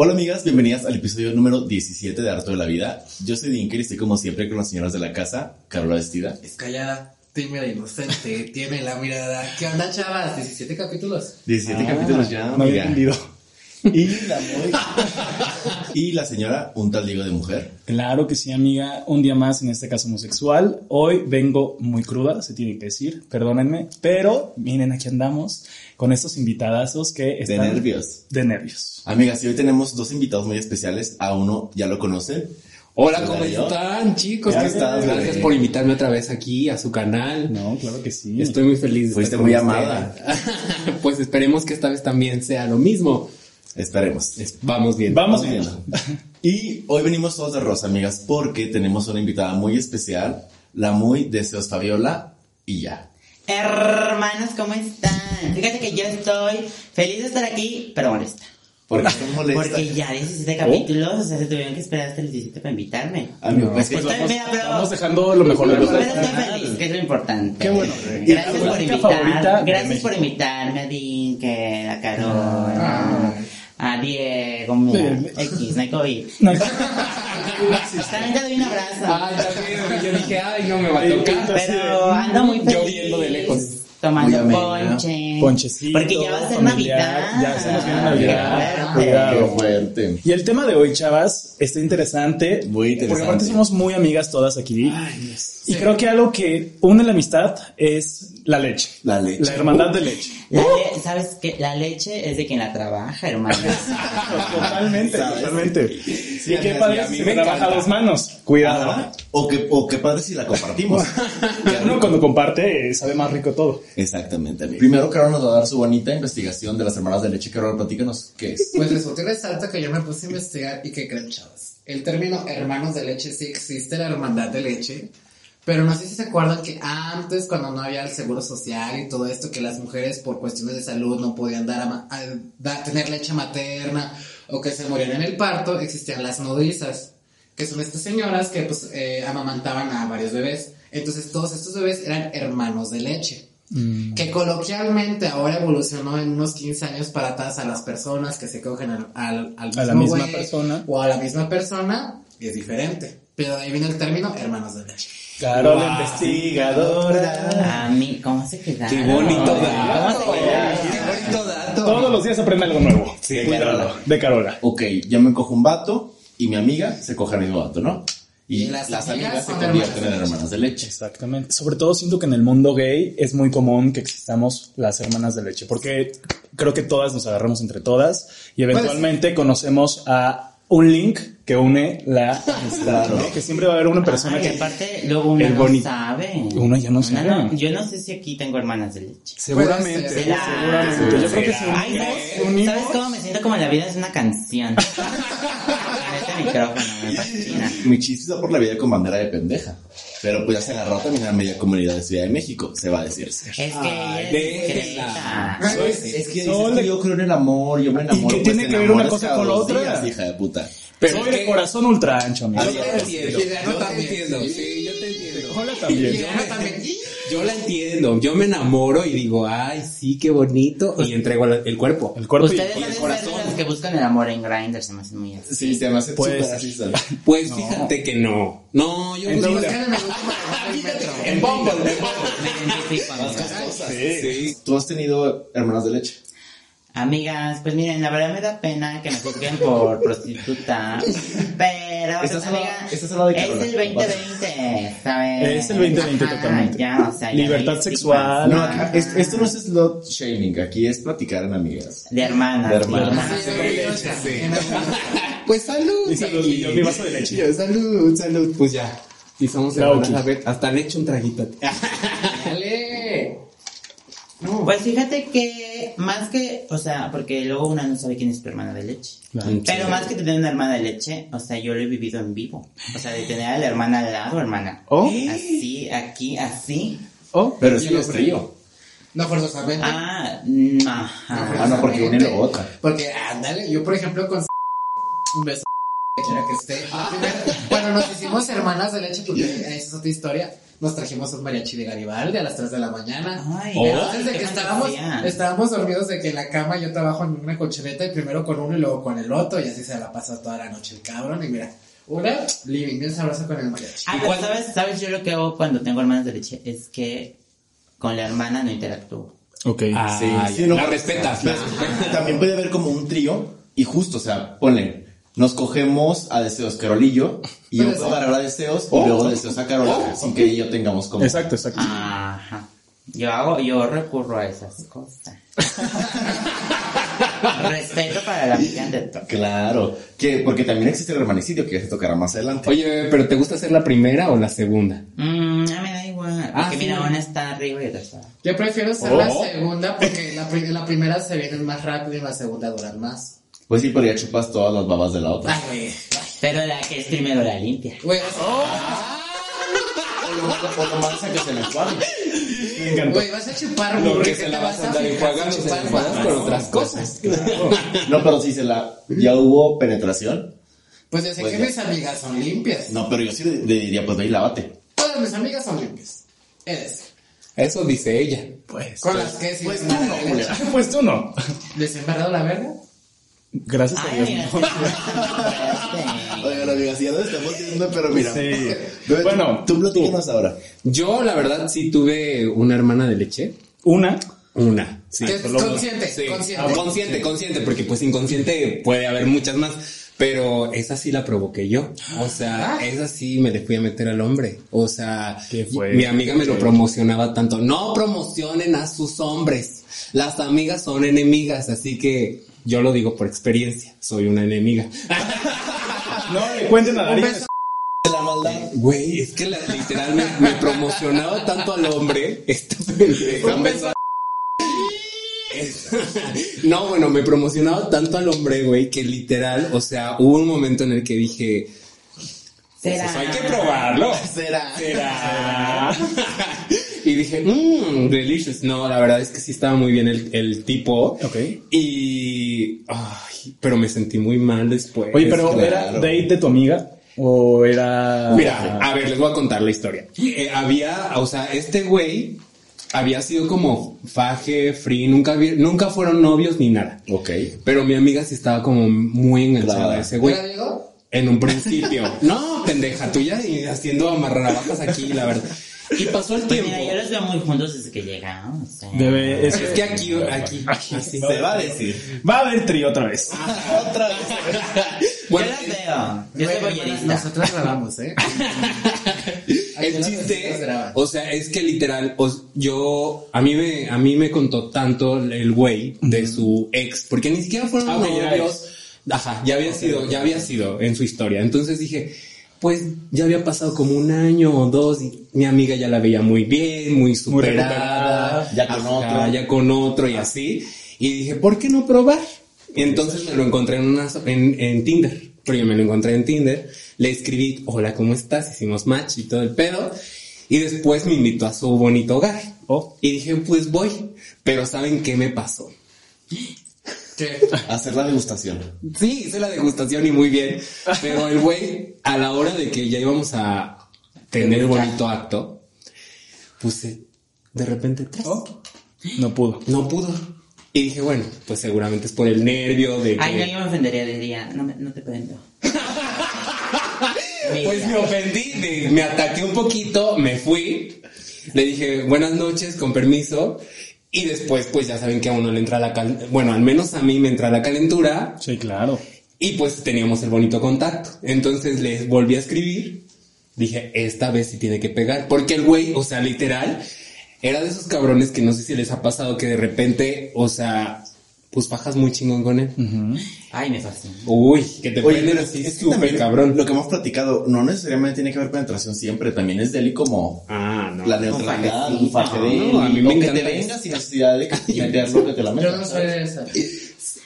Hola amigas, bienvenidas al episodio número 17 de Harto de la Vida. Yo soy Dinker y estoy como siempre con las señoras de la casa, Carola Vestida. Es callada, tímida, inocente, tiene la mirada. ¿Qué onda, chavas? 17 capítulos. 17 capítulos ya, No amiga. había entendido. y, la muy- y la señora, un tal Diego de mujer. Claro que sí, amiga. Un día más, en este caso homosexual. Hoy vengo muy cruda, se tiene que decir, perdónenme. Pero miren, aquí andamos con estos invitadazos que De están... nervios. De nervios. Amigas, y hoy tenemos dos invitados muy especiales. A uno ya lo conocen. Hola, ¿cómo Hola, yo. están, chicos? Ya ¿Qué estás, tal? Gracias güey. por invitarme otra vez aquí a su canal. No, claro que sí. Estoy muy feliz. de Fuiste estar con muy ustedes. amada. pues esperemos que esta vez también sea lo mismo. Esperemos. Es- Vamos bien. Vamos bien. viendo. Y hoy venimos todos de rosa, amigas, porque tenemos una invitada muy especial, la muy deseos Fabiola y ya. Hermanos, ¿cómo están? Fíjate que yo estoy feliz de estar aquí, pero molesta. Porque estás molesta. Porque ya ¿Eh? 17 capítulos, o sea, se tuvieron que esperar hasta los 17 para invitarme. Ah, Amigo, pues, Estoy- vamos- mira, pero- Vamos dejando lo mejor de Pero los estoy feliz, que es lo importante. Qué bueno. Gracias Y la por música favorita invitar. de Gracias México. por invitarme a Dinker, a Ah, Carola, a Diego, mira, X, no hay COVID. No, También te doy un abrazo. Ah, Ay, también, yo dije, ay, no me va a tocar. Pero "Mm, ando muy feliz. Yo viendo de lejos. Tomando Muy amena. ponche. Ponchecito, Porque ya va a ser familiar, Navidad. ya se nos viene Navidad, Claro. cuidado. qué fuerte. Y el tema de hoy, chavas, está interesante. Muy interesante. Porque aparte somos muy amigas todas aquí. y creo que algo que une la amistad es la leche. La leche. La hermandad de leche. La le- ¿Sabes qué? La leche es de quien la trabaja, hermano. Totalmente, ¿Sabes? totalmente. Sí, y qué amigas, padre y a mí si me se trabaja a encanta. dos manos. Cuidado. Ajá. O que, o qué padre si la compartimos. Qué Uno rico. cuando comparte eh, sabe más rico todo. Exactamente. amigo. Primero, Carol nos va a dar su bonita investigación de las hermanas de leche. Carol, platícanos qué es. Pues resulta y resalta que yo me puse a investigar y que creen, chavas. El término hermanos de leche sí existe, la hermandad de leche. Pero no sé si se acuerdan que antes, cuando no había el seguro social y todo esto, que las mujeres por cuestiones de salud no podían dar a ma- a- da- tener leche materna o que se morían en el parto, existían las nodrizas, que son estas señoras que pues eh, amamantaban a varios bebés. Entonces todos estos bebés eran hermanos de leche Mm. que coloquialmente ahora evolucionó en unos 15 años para atrás a las personas que se cogen al, al- al A la mismo misma güey persona. o a la misma persona es diferente. Pero de ahí viene el término hermanos de leche. Claro, la investigadora. A mí, ¿cómo se quedaron? Qué bonito ¿Cómo se dato. quedaron? Qué bonito dato. Todos los días aprende algo nuevo. Sí, Cuidado. claro. De Carola. Ok, yo me cojo un vato y mi amiga se coge al mismo vato, ¿no? Y, Y las, las amigas, amigas se son convierten en hermanas de hermanas de leche. Exactamente. Sobre todo siento que en el mundo gay es muy común que existamos las hermanas de leche, porque creo que todas nos agarramos entre todas y eventualmente conocemos a un link que une la amistad, ¿no? Que siempre va a haber una persona Ay, que... aparte, luego una El no boni- sabe. Una ya no sabe. yo no sé si aquí tengo hermanas de leche. Seguramente, Seguramente, seguramente. Yo creo que si Ay, unimos- no, unimos- ¿Sabes cómo me siento como la vida es una canción? Con este micrófono me fascina. Mi chiste está por la vida con bandera de pendeja. Pero pues ya se agarró también a media comunidad de Ciudad de México, se va a decir. Es que Ay, ella es déjela. discreta. Pues, es que dices Sol- que yo creo en el amor, yo me enamoro. qué pues, tiene te que ver una enamoras cosa cada con la dos otra? días, hija de puta. Pero Soy es de que- corazón ultra ancho, amigo. Yo te Yo entiendo. Yo te también. entiendo. Sí, yo te entiendo. Hola también. Yo también. Yo la entiendo. Yo me enamoro y digo, ay, sí, qué bonito. Y entrego la- el cuerpo. El cuerpo y- Ustedes y el son corazón. las que buscan el amor en Grindr, se me hacen muy así. Sí, se me hace Pues- súper así, Sol. Pues fíjate que no. No, yo En busco- Tinder. En Bumble, en Bumble. Me identifico, amigo. Sí. ¿Tú has tenido hermanas de leche? Amigas, pues miren, la verdad me da pena que me juzguen por prostituta, pero Estás pues, al lado- amiga, estás al lado de es Carola. el 2020, ¿sabes? Es el 2020 Ajá, totalmente. Ah, Ya, o sea, ya Libertad hay estigmas, sexual. Ah, No, acá- es- esto no es slot shaming, aquí es platicar en amigas. De hermanas. De hermanas. Sí, o sea, en algún- Pues salud. Y salud, y yo, mi vaso de leche. Y yo, salud, salud. Pues ya. Y somos La hermanas. Oki. A ver, hasta le echo un traguito. a ti. Dale. No, Pues fíjate que más que, o sea, porque luego una no sabe quién es tu hermana de leche. Claro. Pero más que tener una hermana de leche, o sea, yo lo he vivido en vivo. O sea, de tener a la hermana al lado, hermana. Oh. ¿Eh? Así, aquí, así. Oh, Pero Yo sí lo es creo. trío. no forzosamente. Ah, mm, No, ajá. Ah, no, porque forzosamente. una y luego otra. Porque, ándale, yo por ejemplo con un beso que quiera que esté. La primera- Cuando nos hicimos hermanas de leche, porque esa es otra historia, nos trajimos un mariachi de Garibaldi a las 3 de la mañana. Ay, Entonces, de qué que estábamos, fantasía. estábamos dormidos de que en la cama yo trabajo en una colchoneta y primero con uno y luego con el otro, y así se la pasa toda la noche el cabrón. Y mira, una living bien sabrosa con el mariachi. Ah, pero ¿sabes, ¿sabes yo lo que hago cuando tengo hermanas de leche? Es que con la hermana no interactúo. Ok. Ah, Sí, sí, ya. no. la respetas. Pero También puede haber como un trío y justo, o sea, ponle, nos cogemos a deseos Carolillo y yo Pero puedo eso- agarrar a deseos Oh, y luego deseos a Carola sin que yo tengamos como... Exacto, exacto. Ah, Ajá. Yo hago, yo recurro a esas cosas. Respeto para la amiga de todo. Claro, que porque también existe el hermanicidio que ya se tocará más adelante. Oye, bebé, pero ¿te gusta hacer la primera o la segunda? Mm, a mí me da igual. Ah, porque sí. mira, una está arriba y otra está. abajo. Yo prefiero ser la Oh. segunda porque la, pri- la primera se vienen más rápido y la segunda duran más. Pues sí, pero ya chupas todas las babas de la otra. Ay, güey. Pero la que es primero la limpia. Güey, o sea, O lo, o lo más a que se les guarde. Me encantó. Güey, vas a chupar Lo burro, que ¿qué se te la vas a andar fijar? enjuagando, se la Chupar enjuagas guapo. con otras cosas. No, pero si se la... ¿Ya hubo penetración? Pues yo sé Pues que ya. mis amigas son limpias. No, pero yo sí le, le diría, pues ve y lávate. Todas mis amigas son limpias. Eres. Eso dice ella. Pues. Con las que sí. Pues me tú no, la leche. culera. Pues tú no. ¿Les he embarrado la verga? Gracias a Ay, Dios. mira, no. Oigan, la ya nos estamos yendo, pero mira. Sí. Bebé, Bueno, tú, tú platícanos ahora. Yo, la verdad, sí tuve una hermana de leche. Una. Una. Sí. Que es solo una. consciente, Sí. Ah, consciente. consciente, consciente, porque pues inconsciente puede haber muchas más, pero esa sí la provoqué yo. O Ah. sea, esa sí me le fui a meter al hombre. O sea, ¿Qué fue? mi amiga me lo ¿Qué? promocionaba tanto. No promocionen a sus hombres. Las amigas son enemigas, así que yo lo digo por experiencia. Soy una enemiga. Ah. No le cuenten a Un Darío. beso. Güey, es que la, literal me, me promocionaba tanto al hombre. Esta pendeja me sa- Es- No, bueno, me promocionaba tanto al hombre, güey, que literal, o sea, hubo un momento en el que dije, pues eso hay que probarlo. Será. Será. y dije, mmm, delicious. No, la verdad es que sí estaba muy bien el, el tipo. Ok. Y, ay, pero me sentí muy mal después. Oye, pero Claro. ¿era date de tu amiga? ¿O Ah, era.? Mira, a ver, les voy a contar la historia. Eh, había, o sea, este güey había sido como faje, free, nunca, vi- nunca fueron novios ni nada. Ok. Pero mi amiga sí estaba como muy enganchada Clavada. a ese güey. ¿Mira, Diego? En un principio. no, pendeja, tú ya y haciendo amarrarabajas aquí, la verdad. Y pasó el Pues tiempo. mira, yo los veo muy juntos desde que ¿eh? llegaron. o sea. Debe. Es, Es que aquí, aquí, así. Se va a decir. Va a haber trío otra vez. Ah. Otra vez. Bueno, yo las veo. Yo soy Güey, bollerista. Nosotros grabamos, ¿eh? Aquí El las chiste, personas graban. o sea, es que literal, os- yo, a mí me, a mí me contó tanto el güey de su ex, porque ni siquiera fueron Ah, ok, ya novios. Ajá, ya había sido, ya había sido en su historia. Entonces dije, pues ya había pasado como un año o dos y mi amiga ya la veía muy bien, muy superada, recuperada, ya con otro. Ah, ya con otro y así. Y dije, ¿por qué no probar? Y entonces me lo encontré en, una, en, en Tinder. Porque me lo encontré en Tinder. Le escribí, hola, ¿cómo estás? Hicimos match y todo el pedo. Y después me invitó a su bonito hogar. Oh. Y dije, pues voy. Pero ¿saben qué me pasó? ¿Qué? Hacer la degustación. Sí, hice la degustación y muy bien. Pero el güey, a la hora de que ya íbamos a tener el bonito acto, puse de repente tras. No pudo. No pudo. Y dije, bueno, pues seguramente es por el nervio de que... Ay, no, yo me ofendería, diría. No, me- no te prendo. Pues me ofendí, me, me ataqué un poquito, me fui. Le dije, buenas noches, con permiso. Y después, pues ya saben que a uno le entra la calentura, bueno, al menos a mí me entra la calentura Sí, claro. y pues teníamos el bonito contacto. Entonces les volví a escribir. Dije, esta vez sí tiene que pegar. Porque el güey, o sea, literal, era de esos cabrones que no sé si les ha pasado que de repente, o sea, pues bajas muy chingón con él. Ay, me fascina. Uy, que te Oye, prenden pero así es que súper también cabrón. Lo que hemos platicado no necesariamente tiene que haber penetración siempre, también es deli como Ah, no. la neutralidad, fajecito. un faje de No, a mí me o que te encanta venga eso. sin necesidad de que- meterlo, que te la Yo no metas. soy de esa.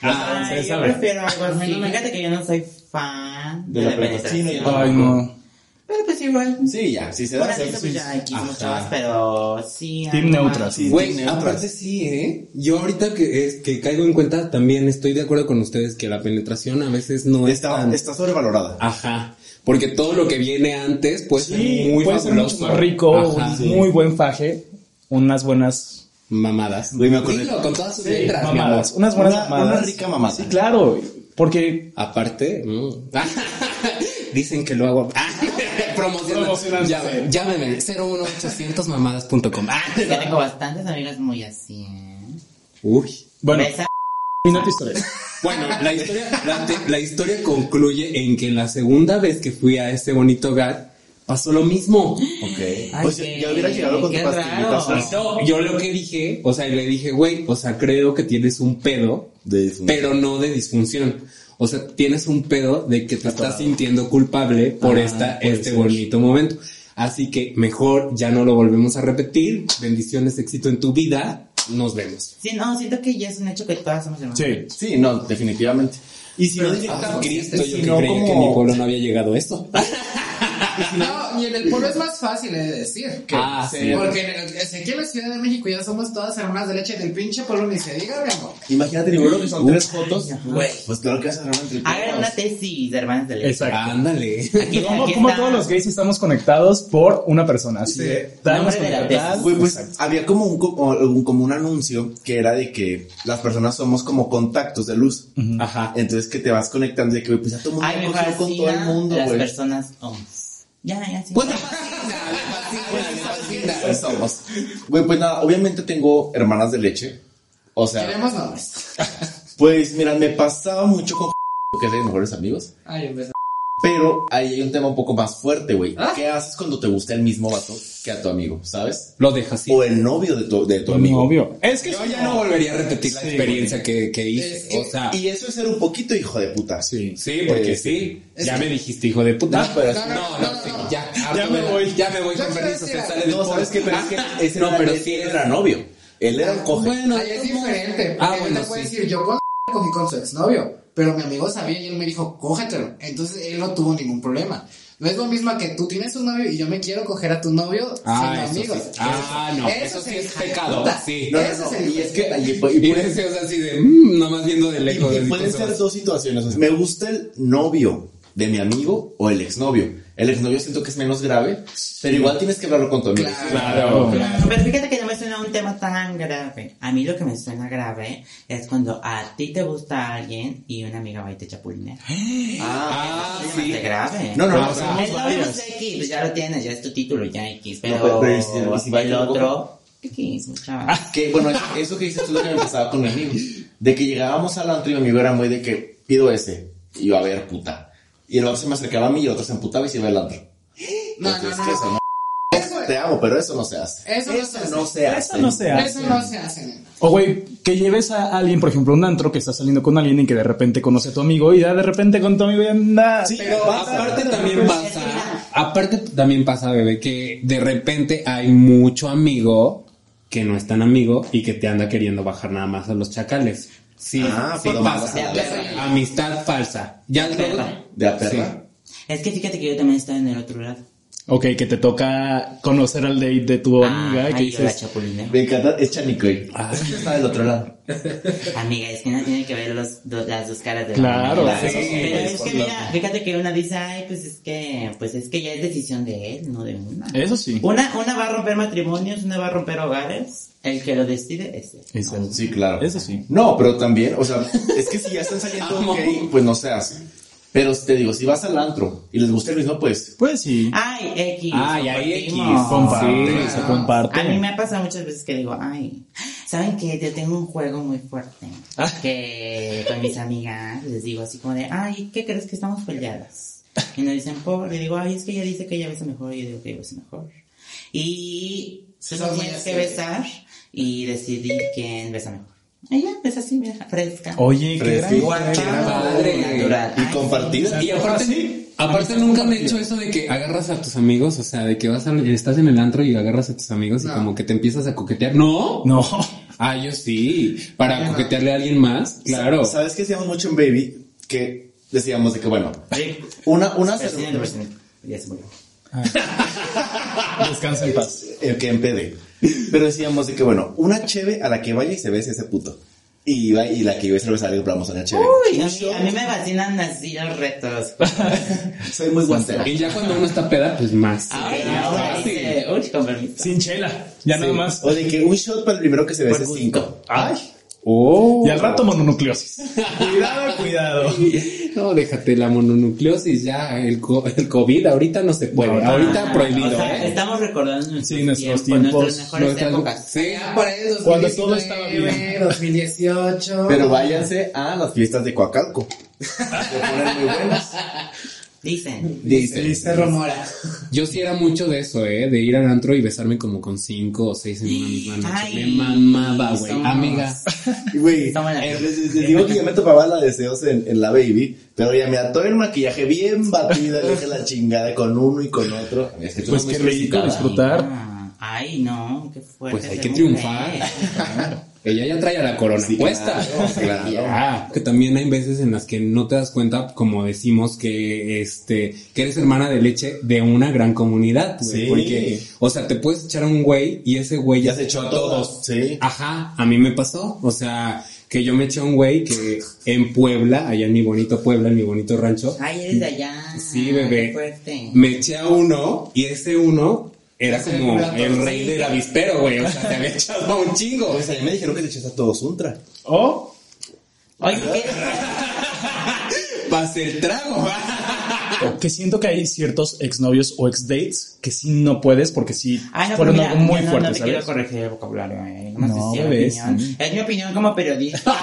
Ah, Ay, ustedes yo saben. prefiero algo A mí así. no me- Fíjate que yo no soy fan De de la la penetración. penetración. Ay, no. Pero pues igual. Sí, ya, si se da Ahora sí, sexo, pues sí. ya aquí somos Ajá. chavas, pero sí. Team algo neutra, más. sí. Güey, Disney, aparte sí, ¿eh? Yo ahorita que, es, que caigo en cuenta también estoy de acuerdo con ustedes que la penetración a veces no es Está, pues, tan... está sobrevalorada. Ajá. Porque todo lo que viene antes puede Sí, ser muy puede ser fabuloso. mucho más rico, Ajá. un muy buen faje, unas buenas Mamadas. Güey, me acordé- Dilo, con todas sus letras. mi amor. mamadas, unas buenas Una- una mamadas. rica mamada. Sí, claro, porque Aparte, mm. dicen que lo hago. Ah, promocionando. Promocionando. Llámeme, llámeme, 01800mamadas.com. Ah, Yo tengo bastantes amigas muy así. ¿eh? Uy. bueno, pues, Besa- minuto historia. Bueno, la historia, la, te- la historia concluye en que la segunda vez que fui a ese bonito hogar pasó lo mismo. Ok. Ay, o sea, qué- ya pues, hubiera llegado con tu qué pastillita raro. No, yo lo que dije, o sea, le dije, güey, o sea, creo que tienes un pedo, de difunto. pero no de disfunción. O sea, tienes un pedo de que te estás sintiendo culpable por Ah, esta, este bonito momento. Así que mejor ya no lo volvemos a repetir. Bendiciones, éxito en tu vida. Nos vemos. Sí, no, siento que ya es un hecho que todas somos hermanas. Sí, Sí, no, definitivamente. Y si no Ah, directamente, Cristo, yo si que no creía que en mi como pueblo no había llegado esto. No, y en el pueblo es más fácil de decir. Que Ah, sí, sí. Porque en el- es que aquí en la Ciudad de México ya somos todas hermanas de leche del pinche pueblo, ni se diga, mi amor. Imagínate, mi bro, que son tres fotos. Güey. Pues claro que vas a armar entre Hagan todos. una tesis, hermanas de leche. Ah. exacto. Ándale. Aquí- Como, aquí como está. todos los gays estamos conectados por una persona, así Sí. que danos Nombre de la con tesis. verdad. Güey, pues había como un, co- o- un- como un anuncio que era de que las personas somos como contactos de luz. Ah, Ajá. Entonces que te vas conectando de que güey, pues ya todo el mundo Ay, me cogió con todo el fascinan mundo, las güey. personas hombres. Ya, ya, sí. Pues me fascina, me fascina, me fascina. Pues somos. Güey, pues nada, obviamente tengo hermanas de leche. O sea, Queremos nombres. pues mira, me pasaba mucho con que es de mis mejores amigos. Ay, un beso. Pero ahí hay un tema un poco más fuerte, güey. Ah. ¿Qué haces cuando te gusta el mismo vato que a tu amigo, sabes? Lo dejas así. O el novio de tu, de tu Mi amigo. novio. Es que Yo ya no volvería a repetir la Sí, experiencia que, que hice. Es que- o sea, Y eso es ser un poquito hijo de puta. Sí. sí, porque Eh, sí. es ya que- me dijiste, hijo de puta. No, pero- no, no, no, no, sí, no. ya. Ya me voy. Ya me voy Yo con quiero permiso. Se decir sale algo. del No, ¿sabes qué? Pero es que ese No, era- pero él- sí él es- era novio. Él era un coge. Bueno, Ahí es diferente. Ah, Porque él bueno, te puede sí. decir, yo con cogí con su exnovio, pero mi amigo sabía y él me dijo, cógetelo. Entonces él no tuvo ningún problema. No es lo mismo que tú tienes un novio y yo me quiero coger a tu novio Ah, siendo eso amigos. sí. Ah, no. Eso, sí es pecado. Sí. No, Ese no, es no. el Y hijo es de que puta. y, Y y- puede ser o sea, así de, mm, nomás viendo de y- lejos. y así pueden cosas. ser dos situaciones. o sea, me gusta el novio de mi amigo o el exnovio. El exnovio siento que es menos grave, pero igual tienes que hablarlo con tu amigo. Ah, Claro. Claro. No, Pero fíjate que no me suena un tema tan grave. A mí lo que me suena grave es cuando a ti te gusta alguien y una amiga va y te chapulinea. Ah, Eso sí. es grave. No, no, no. Ah, o sea, El novio no es X, pues ya lo tienes, ya es tu título, ya X. Pero, pero- pero pues, ¿y si- y si va y el te lo otro, X, muchacha. Ah. Que, bueno, es- eso que dices tú es lo que me pasaba con mi amigo. De que llegábamos al antro y mi amigo era muy de que pido ese. Y yo, a ver, puta. Y el otro se me acercaba a mí y el otro se emputaba y se iba al antro. No, Entonces, no, no, que no. eso no. Eso, Te amo, pero eso no se hace. Eso no se hace. se hace. eso no se eso hace. no se hace. nena. O güey, que lleves a alguien, por ejemplo, un antro que está saliendo con alguien y que de repente conoce a tu amigo y ya de repente con tu amigo y anda. Sí, pero aparte también pasa, aparte también pasa, bebé, que de repente hay mucho amigo que no es tan amigo y que te anda queriendo bajar nada más a los chacales. Sí, Ah, sí pero pasa. vamos a ver. Amistad falsa. Ya luego- Perra. De la perra. Es que fíjate que yo también estoy en el otro lado. Ok, que te toca conocer al date de tu amiga y Ah, que ahí yo la dices. chapulineo. Me encanta, es Chanicoy. Ah, está del otro lado. Amiga, es que uno tiene que ver los, do- las dos caras de Claro, la moneda. sí, Pero es por que lo- mira, fíjate que una dice, ay, pues es que, pues es que ya es decisión de él, no de una. Eso sí. Una, una va a romper matrimonios, una va a romper hogares. El que lo decide es él. Es el- Sí, claro. Eso sí. No, pero también, o sea, es que si ya están saliendo Amo. gay, pues no se hace. Pero te digo, si vas al antro y les gusta el mismo, pues. Pues sí. Ay, X. Ay, ay, X, compartimos. comparte, sí. se comparte. A mí me ha pasado muchas veces que digo, ay, ¿saben qué? Yo tengo un juego muy fuerte. Que con mis amigas les digo así como de, ay, ¿qué crees que estamos peleadas? Y nos dicen, por, le digo, ay, es que ella dice que ella besa mejor, y yo digo que yo beso mejor. Y Sí, se son muy tienes que así. besar y decidir quién besa mejor. Ella besa así, mira, fresca. Oye, qué Fresco. gran Guau, qué padre. Natural. Y Ah, compartida. Ah, Y aparte, aparte nunca me he hecho eso de que agarras a tus amigos, o sea, de que vas al- estás en el antro y agarras a tus amigos No. y como que te empiezas a coquetear. No. No. Ah, yo sí. Para Yo no. coquetearle a alguien más, claro. ¿Sabes qué hacíamos mucho en Baby? Que decíamos de que, bueno, una, una Presidente, presidente. Ya se murió. Descansa en paz. El que empede. Pero decíamos de que, bueno, una cheve a la que vaya y se bese ese puto. Y, va- y la que iba a cerveza le compramos una cheve. Uy, a mí, a mí me fascinan así los retos. Soy muy guantera. Y ya cuando uno está peda, pues más. Ay, ahora dice, uy, con permiso. Sin chela. Ya nada más. O de que un shot para el primero que se bese pues cinco. Ay. Oh. Y al rato mononucleosis. cuidado, cuidado. No, déjate la mononucleosis ya, el, co- el COVID ahorita no se puede, No, no, ahorita prohibido. Ah, O sea, ¿eh? estamos recordando nuestros, Sí, nuestros tiempos, nuestras mejores Nuestras- épocas. Sí, Ya por ahí, 2019, Cuando todo estaba bien. 2018. Pero váyanse a las fiestas de Coacalco. Se ponen muy buenas. Dicen. Dice. Se rumora. Yo sí era mucho de eso, ¿eh? De ir al antro y besarme como con cinco o seis en una misma noche. Ay, me mamaba, güey. somos- Amiga. Güey, Está buena. eh, les, les- les digo que yo me topaba la deseos en, en la baby, pero ya mira, todo el maquillaje bien batido, le dije la chingada con uno y con otro. Es que tú Pues no me qué rico excitabas. disfrutar. Ah, Ay, no, qué fuerte. Pues hay ser que mujer. triunfar. Ella ya trae a la corona Sí, puesta. claro, Ya. Ah, Que también hay veces en las que no te das cuenta, como decimos, que este, que eres hermana de leche de una gran comunidad. güey. Sí. Porque, o sea, te puedes echar a un güey y ese güey Ya ya, se echó a todos, sí. Ajá, a mí me pasó. O sea, que yo me eché a un güey que en Puebla, allá en mi bonito Puebla, en mi bonito rancho. Ay, eres de allá. Sí, bebé. Qué fuerte. Me eché a uno y ese uno era como plato, el rey del avispero, güey. O sea, te había echado a un chingo. Pues a mí me dijeron que te echas a todos untra. O Oye, ¿qué? Va a ser trago. que siento que hay ciertos exnovios o exdates que sí no puedes porque sí Ay, no, pero fueron mira, algo muy yo no, fuerte, no te quiero ¿sabes? corregir el vocabulario. eh, nomás No, decía mi bebé, opinión. sí. Es mi opinión como periodista.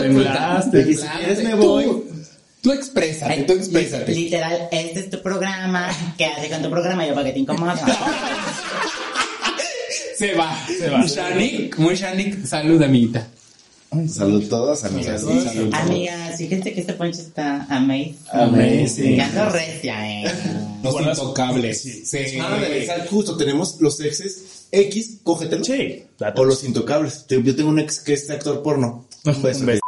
Temblaste. temblaste. Y si quieres me voy. Tú, tú exprésate, tú exprésate. Literal, este es tu programa. Quédate con tu programa yo para que te incomoda. Se va, se va. Shanik, muy Shanik. Salud, amiguita. Salud a todas, amigas. Salud, Sí, salud. Amigas, fíjense que este poncho está amazing. Amazing. Este, Ya ando recia, eh. Los Guardas- intocables. Sí. Sí. Pues Nada de besar, justo tenemos los exes X, cógetelo. Sí, O los intocables. Te- Yo tengo un ex que es actor porno. Pues, Un beso. Un beso.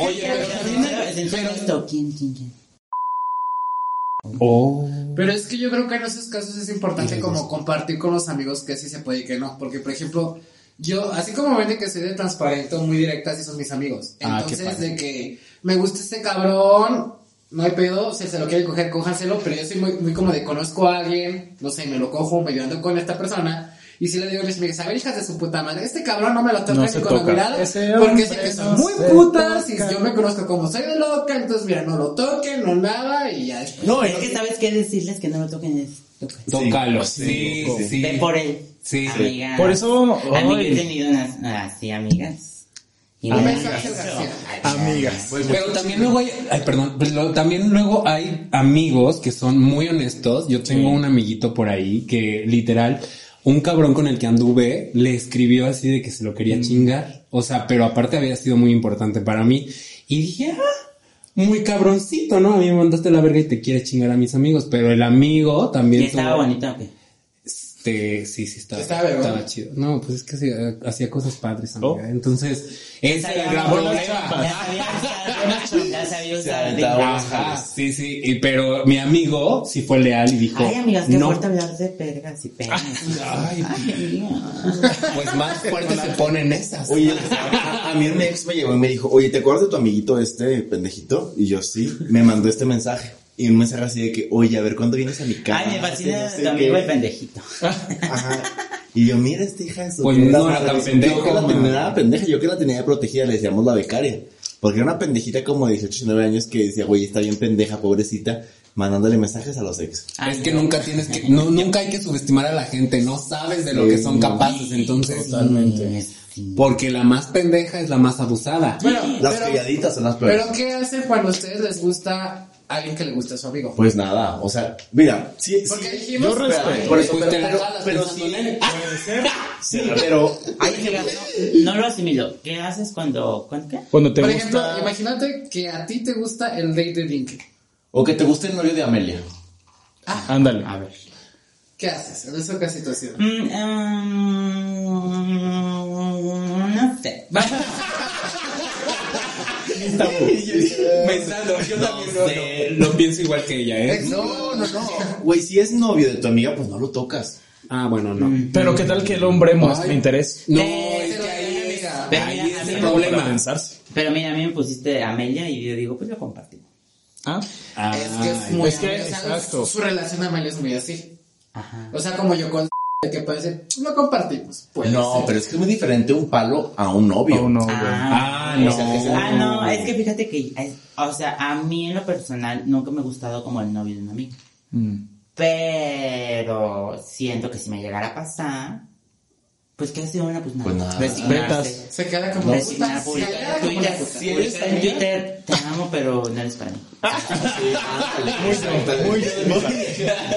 Oye, pero también hay- Pero esto, ¿quién, quién, quién? Pero es que yo creo que en esos casos es importante como compartir con los amigos que sí se puede y que no. Porque, por ejemplo, yo, así como ven de que soy de transparente, muy directa, así son mis amigos. Ah, qué Entonces, padre. de que me gusta este cabrón, no hay pedo, si se lo quiere coger, cójanselo. Pero yo soy muy, muy como de conozco a alguien, no sé, me lo cojo, me ando con esta persona. Y si le digo a mis amigas, a ver, hijas de su puta madre, este cabrón no me lo toques No ni se con toca. la mirada, Ese porque hombre sé que no son muy se putas y toca. yo me conozco como soy de loca, entonces mira, no lo toquen, no nada, y ya después. No, Es que sabes qué decirles que no lo toquen es toquen. Tócalo. Sí, sí. Ve por él. Sí. Amiga. Por eso, A mí yo he ay. tenido unas así, amigas. Y me Amigas. han hecho- Amigas. Pues, Pero también luego hay, ay, perdón, pero también luego hay amigos que son muy honestos. Yo tengo un amiguito por ahí que literal, un cabrón con el que anduve le escribió así de que se lo Mm. quería chingar. O sea, pero aparte había sido muy importante para mí. Y dije, ah, muy cabroncito, ¿no? A mí me mandaste la verga y te quieres chingar a mis amigos. Pero el amigo ¿Y también... estaba tuvo- bonito o qué? este, sí, sí, estaba, Estaba vergón. estaba chido. No, pues es que hacía, hacía cosas padres, amiga. Oh. Entonces, ese era el gran Buenas problema. Ya sabía usar, buenas chompas, ya sabía usar. aventaba de- unas Ajá, sí, sí, y- pero mi amigo sí fue leal y dijo, Ay, amigas, qué no, fuerte hablar de pergas y penas. Ay, amiga. pues más fuerte se ponen esas. Oye, a mí un ex me llegó y me dijo, oye, ¿te acuerdas de tu amiguito este pendejito? Y yo sí, me mandó este mensaje. Y un mensaje así de que, oye, a ver, ¿cuándo vienes a mi casa? Ay, me Que fascina no sé tu amigo qué. el pendejito. Ajá. Y yo, mira esta hija de su Pues puta no era madre. Yo tan pendejo. que la tenía pendeja, yo que la tenía protegida, le decíamos la becaria. Porque era una pendejita como de 18, 19 años que decía, güey, está bien pendeja, pobrecita, mandándole mensajes a los ex. Ay, es que no. nunca tienes que, no, nunca hay que subestimar a la gente, no sabes de lo que son capaces, entonces. Totalmente. Sí. Porque la más pendeja es la más abusada. Bueno, Las pero, calladitas son las peores. pero ¿qué hacen cuando a ustedes les gusta alguien que le gusta a su amigo? Pues nada, o sea, mira, sí, sí, Porque dijimos, yo espérate, respeto. por eso, Pues pero, te la pero, jalas pero pensando sí, en él. puede ser, sí, pero Ay, que la- no, no lo asimilo. ¿Qué haces cuando, cuando qué? Cuando te por gusta. ejemplo, imagínate que a ti te gusta el date de Link. O que te guste el novio de Amelia. Ándale. A ver. ¿Qué haces en esa situación? Mm, mm, no sé. Vamos a- Pensando, yo también no, lo pienso igual que ella, ¿eh? No, no, no. Güey, si es novio de tu amiga, pues no lo tocas. Ah, bueno, no. Mm. Pero qué tal que el hombre muestre Ay. interés. No, Eh, es que ahí, mira, pero ahí mira, es a el mí no Para problema. pensarse. Pero mira, a mí me pusiste Amelia y yo digo, pues lo compartimos. Ah, Ah, es que es muy es que, o sea, exacto. Su relación a Amelia es muy así. Ajá. O sea, como yo con de que puede ser, lo compartimos. Puede No, ser. pero es que es muy diferente un palo a un novio. oh, no, güey. Ah, Ah, O sea, que no. sea- Ah, no, es que fíjate que, es- o sea, a mí en lo personal nunca me ha gustado como el novio de un amigo. Mm. Pero siento que si me llegara a pasar, pues ¿qué hace una? Pues nada. Pues nada. Resignarse. Vetas. Se queda como Resignar, puta, se publicar queda en como una Twitter. puta. Si eres Publicar en Twitter, te amo, pero no eres para mí. Muy bien, muy bien.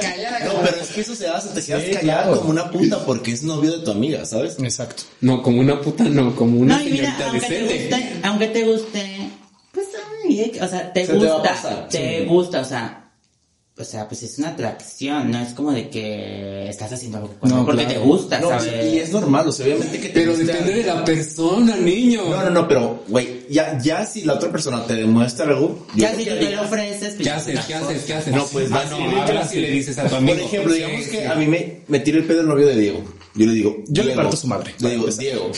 Callada No, como pero es que eso se hace, te quedas Sí, callada claro. como una puta porque es novio de tu amiga, ¿sabes? Exacto. No, como una puta no, como una No, y mira, señorita aunque te decente. guste, aunque te guste, pues ay, eh, o sea, te Se te va a gusta, pasar, te, gusta, o sea, o sea, pues es una atracción, no es como de que estás haciendo algo con No, él porque claro. te gusta, No, ¿sabes? y es normal, o sea, obviamente que te Pero guste depende de algo. la persona, niño. No, no, no, pero, güey, ya, ya si la otra persona te demuestra algo, yo ya creo si que tú te lo ofreces, pues ¿Qué haces? ¿Qué haces? ¿Qué haces? No, pues, ah, vas y le no, hablas dices. y le dices a tu amigo. Por ejemplo, digamos Sí, que sí. a mí me, me tira el pedo el novio de Diego. Yo le digo, Yo le Diego. parto su madre. Le digo, Diego.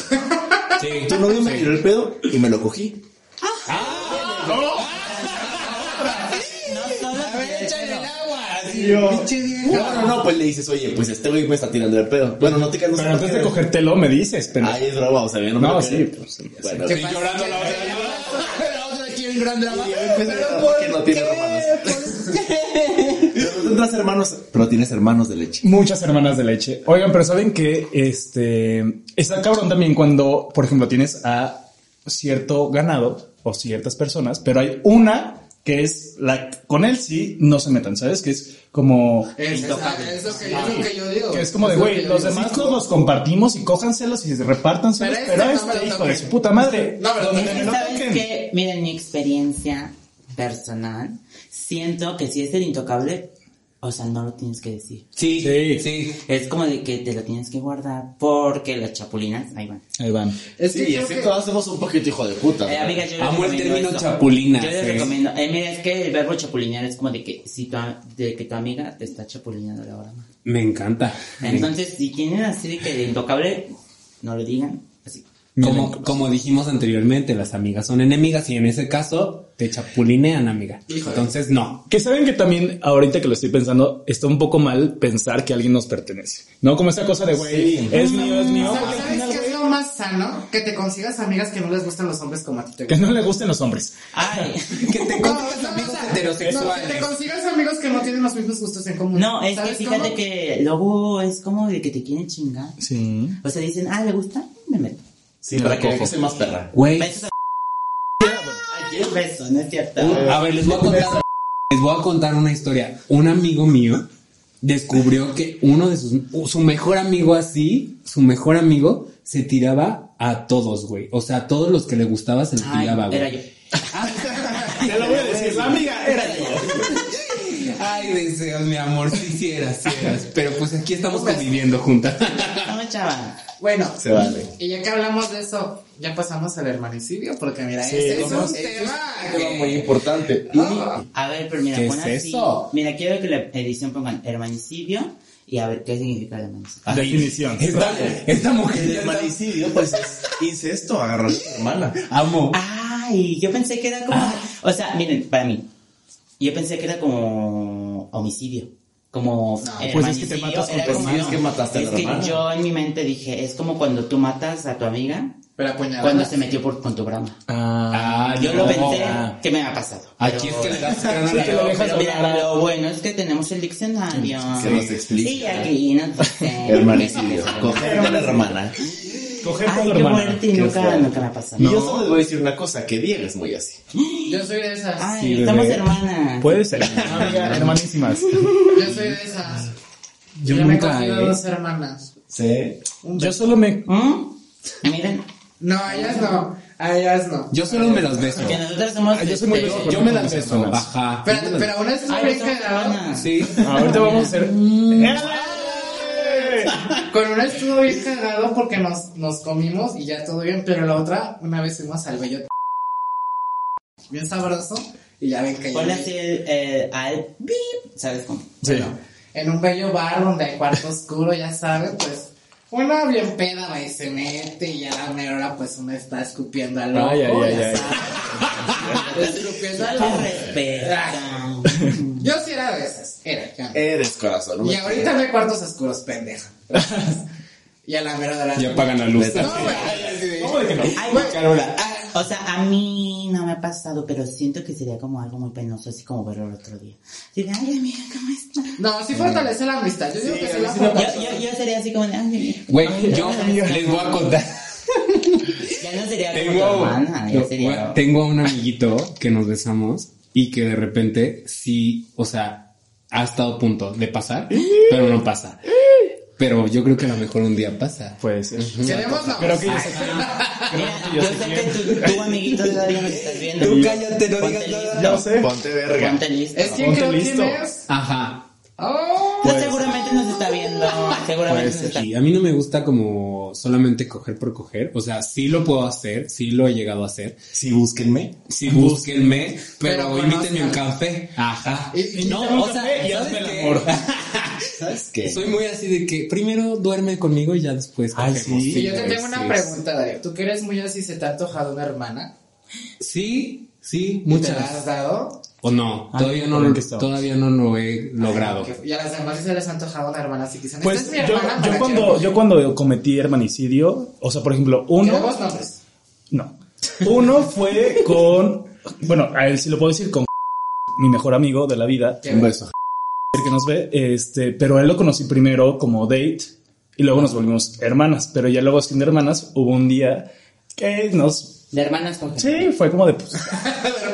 Tu novio me tiró el pedo y me lo cogí. no solo Y yo, no, no, no, pues le dices, oye, pues este güey me está tirando el pedo. Bueno, no te quedas. Pero antes de cogértelo, me dices, pero. Ay, es broma, o sea, yo no me No, lo sí, creo. pues, sí, ya Bueno, Estoy llorando la otra. La otra aquí en gran drama. Y yo empiezo a llorar porque no tiene hermanos. Pero no tendrás hermanos, pero tienes hermanos de leche. Muchas hermanas de leche. Oigan, pero saben que este está cabrón también cuando, por ejemplo, tienes a cierto ganado o ciertas personas, pero hay una que es la con él sí no se metan, ¿sabes? Que es como Es, esa- es lo que, yo- es lo que yo digo. que es como de lo güey, que yo los digo. demás nos los compartimos y cójanselos y repártanselos, Pero pero este no me este lo hijo toquen. de su puta madre. No, pero donde Es me que lo sabes toquen. que, miren, mi experiencia personal, siento que si es el intocable, o sea, no lo tienes que decir. Sí, Sí. sí. sí. Es como de que te lo tienes que guardar porque las chapulinas, ahí van. Ahí van. Es que Sí, y creo así que- todos somos un poquito hijo de puta. Eh, ¿verdad? amiga, yo les Amo el recomiendo término eso. chapulinas, Yo les eh. recomiendo. Eh, mira, es que el verbo chapulinear es como de que si tu, a- de que tu amiga te está chapulineando la hora más. Me encanta. Entonces, si tienen así de que de intocable, no lo digan. Así. Como, como dijimos anteriormente, las amigas son enemigas y en ese caso te chapulinean, amiga. Entonces, no. Que saben que también, ahorita que lo estoy pensando, está un poco mal pensar que alguien nos pertenece. ¿No? Como esa cosa de, güey, Sí. es mío, es mío. O sea, porque al ¿Sabes final, qué es güey, lo más sano? Que te consigas amigas que no les gustan los hombres como a ti te Que gustan. no le gusten los hombres. Ay, Que te No, consigas no, amigos o sea, heterosexuales. no, que te consigas amigos que no tienen los mismos gustos en común. no, es que ¿Sabes fíjate cómo? que luego es como de que te quieren chingar. Sí. O sea, dicen, ah, le gusta, me meto. Sí, Me para la que vean cojo. que soy más perra. Güey, Besos a Ay, qué beso, no es cierto. un- a ver, les voy a contar. Les voy a contar una historia. Un amigo mío descubrió que uno de sus. Su mejor amigo así, su mejor amigo, se tiraba a todos, güey. O sea, a todos los que le gustaba se le Ay, tiraba, güey. era yo. Te lo voy a decir, la amiga era yo. Ay, deseos, mi amor, si hicieras, si eras. Pero pues aquí estamos conviviendo juntas. No, chava. Bueno, Se vale. y ya que hablamos de eso, ya pasamos al hermanicidio, porque mira, Sí, este es ¿cómo? un tema. Tema que- muy importante. Y Ah. A ver, pero mira, ¿Qué pon es así. eso? Mira, quiero que la edición pongan hermanicidio y a ver qué significa el hermanicidio. Ah, Definición. Esta, esta mujer el ya está- hermanicidio, pues es incesto, agarrar a tu hermana. Amo. Ay, yo pensé que Ah. era como. O sea, miren, para mí. Yo pensé que era como homicidio. como el pues es que te magnicidio, matas con era tu como- hermano. Es que mataste a es tu que hermano. yo en mi mente dije, es como cuando tú matas a tu amiga Pero apuñalada. cuando se metió por, con tu broma. Ah, Yo lo no. pensé Ah. que me ha pasado. Aquí es pero- que le das cara a Sí, te lo la dejas Pero mira, hablar. lo bueno es que tenemos el diccionario. Se nos explica. Sí, aquí nos dicen. Hermanicidio. Coger de la hermana. Coger con Ay, la qué hermana. fuerte, Qué nunca, fuerte. nunca me ha pasado. Y yo solo les voy a decir una cosa, que Diego es muy así. Yo soy de esas. Ay, Sí, bebé. estamos hermanas. Puede ser. Amiga, hermanísimas. Yo soy de esas. Yo me nunca, considero ¿eh? dos hermanas. Sí. Yo solo me. ¿Mm? Miren, No, a ellas no. A ellas no. Yo solo me las beso. porque nosotros somos. yo soy muy este, beso- Ah, Yo me las beso. Ajá. Pero, pero aún así me Ay, he somos quedado. hermanas. Sí. Ahorita vamos a hacer. Con una estuvo bien cagado porque nos, nos comimos y ya todo bien, pero la otra, una vez fuimos al bello bien sabroso y ya ven que yo- Ponle así el, el- al bip, ¿sabes cómo? Sí. en un bello bar donde hay cuarto oscuro, ya saben, pues una bien peda va y se mete y ya la mera hora, pues una está escupiendo al loco, Ay, ay, ay, ya ay. saben. escupiendo al Lo loco. respetan. Yo sí era de esas, era, ya. Eres corazón. Y ahorita no hay cuartos oscuros, pendeja. y a la mera hora. Ya apagan la luz. No, güey. ¿Cómo de que no? Ay, Güey, Carola. O sea, a mí no me ha pasado, pero siento que sería como algo muy penoso, así como verlo el otro día. Así de, ay, amiga, ¿cómo estás? No, Mm. sí fortalece la amistad. Yo digo que sí la fortalece. Yo, yo, yo sería así como de, ay, amiga. Güey, yo les voy a contar. Ya no sería como tu Tengo, hermana, ya no, sería. güey, tengo a un amiguito que nos besamos y que de repente sí, o sea, ha estado a punto de pasar, pero no pasa. Pero yo creo que a lo mejor un día pasa. Puede ser. Queremos la Pues, Creo que yo sé quién. Mira, Creo que yo yo sé sé quién. que tu, tu amiguito todavía no estás viendo. Tú cállate, no Ponte digas nada. listo, No sé. Ponte verga. Ponte listo. Es que Ponte creo listo. quién es. Ajá. Oh, Pues No, seguramente nos está viendo. Seguramente nos está Y Pues a mí no me gusta como solamente coger por coger. O sea, sí lo puedo hacer, sí lo he llegado a hacer. Sí, búsquenme. Sí, búsquenme, pero, Pero invítenme a un conozcan. café. Ajá. Y- y no, un o sea, café y ¿sabes hazme el qué? amor. ¿Sabes qué? Soy muy así de que primero duerme conmigo y ya después Ay, cogemos. sí. y yo te güey, tengo una sí. pregunta, Darío. ¿Tú que eres muy así se te ha antojado una hermana? Sí, sí, ¿Te la has muchas. dado? O no, Ah, todavía no ¿por lo, qué estaba? todavía no lo he logrado. Y a las demás sí se les ha antojado una hermana, así que dicen, Pues esta es mi yo, hermana. yo para cuando, que- yo cuando cometí hermanicidio, o sea, por ejemplo, uno. Queremos nombres. No. Uno fue con. Bueno, a él sí lo puedo decir, con mi mejor amigo de la vida, Que- Un beso. el que nos ve, este, pero a él lo conocí primero como date y luego nos volvimos hermanas, pero ya luego siendo hermanas hubo un día que nos... De hermanas con Sí, fue como de pues,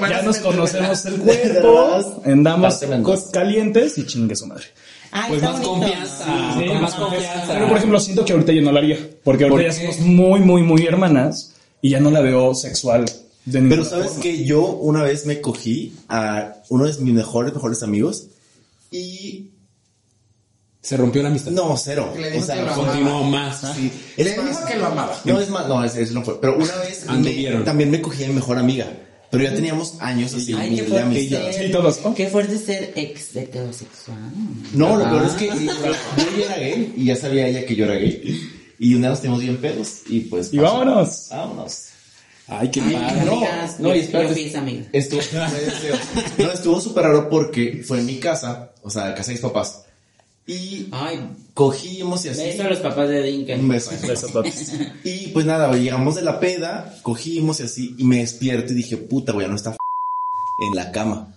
ya nos conocemos el cuerpo, ¿verdad? andamos Parte menos. cos- calientes y chingue su madre. Ay, Pues está más bonito. confianza. Sí, con más más confianza. confianza. Pero por ejemplo, siento que ahorita yo no la haría, porque ¿Por ahorita ya qué? somos muy, muy, muy hermanas y ya no la veo sexual de ninguna Pero sabes forma. que yo una vez me cogí a uno de mis mejores, mejores amigos y Se rompió la amistad. no, Ah. cero. Le dijo O sea, que lo con- Continuó más. sí. Le Es dijo más, que lo amaba. No, es más, no, es, es- no fue. Pero una vez me- Anduvieron. también me cogí a mi mejor amiga. Pero ya teníamos años así Ay, qué de fuerte. amistad. ser- Sí, todos, ¿no? Qué fuerte ser ex heterosexual. No, lo peor es que yo ya era gay y ya sabía ella que yo era gay. Y una vez nos teníamos bien pedos y pues. Y pasó. vámonos. Vámonos. Ay, qué Ay, padre. No, amigas, no, y yo- espérate. yo fui esa amiga. Estuvo, fue deseo. no, estuvo súper raro porque fue en mi casa, o sea, en casa de mis papás. Y Ah. Ay, cogimos y así. beso a los papás de Dinkel. Un beso. Besototes. Y pues nada, güey, llegamos de la peda, cogimos y así, y me despierto y dije, puta, güey, ya no está en la cama.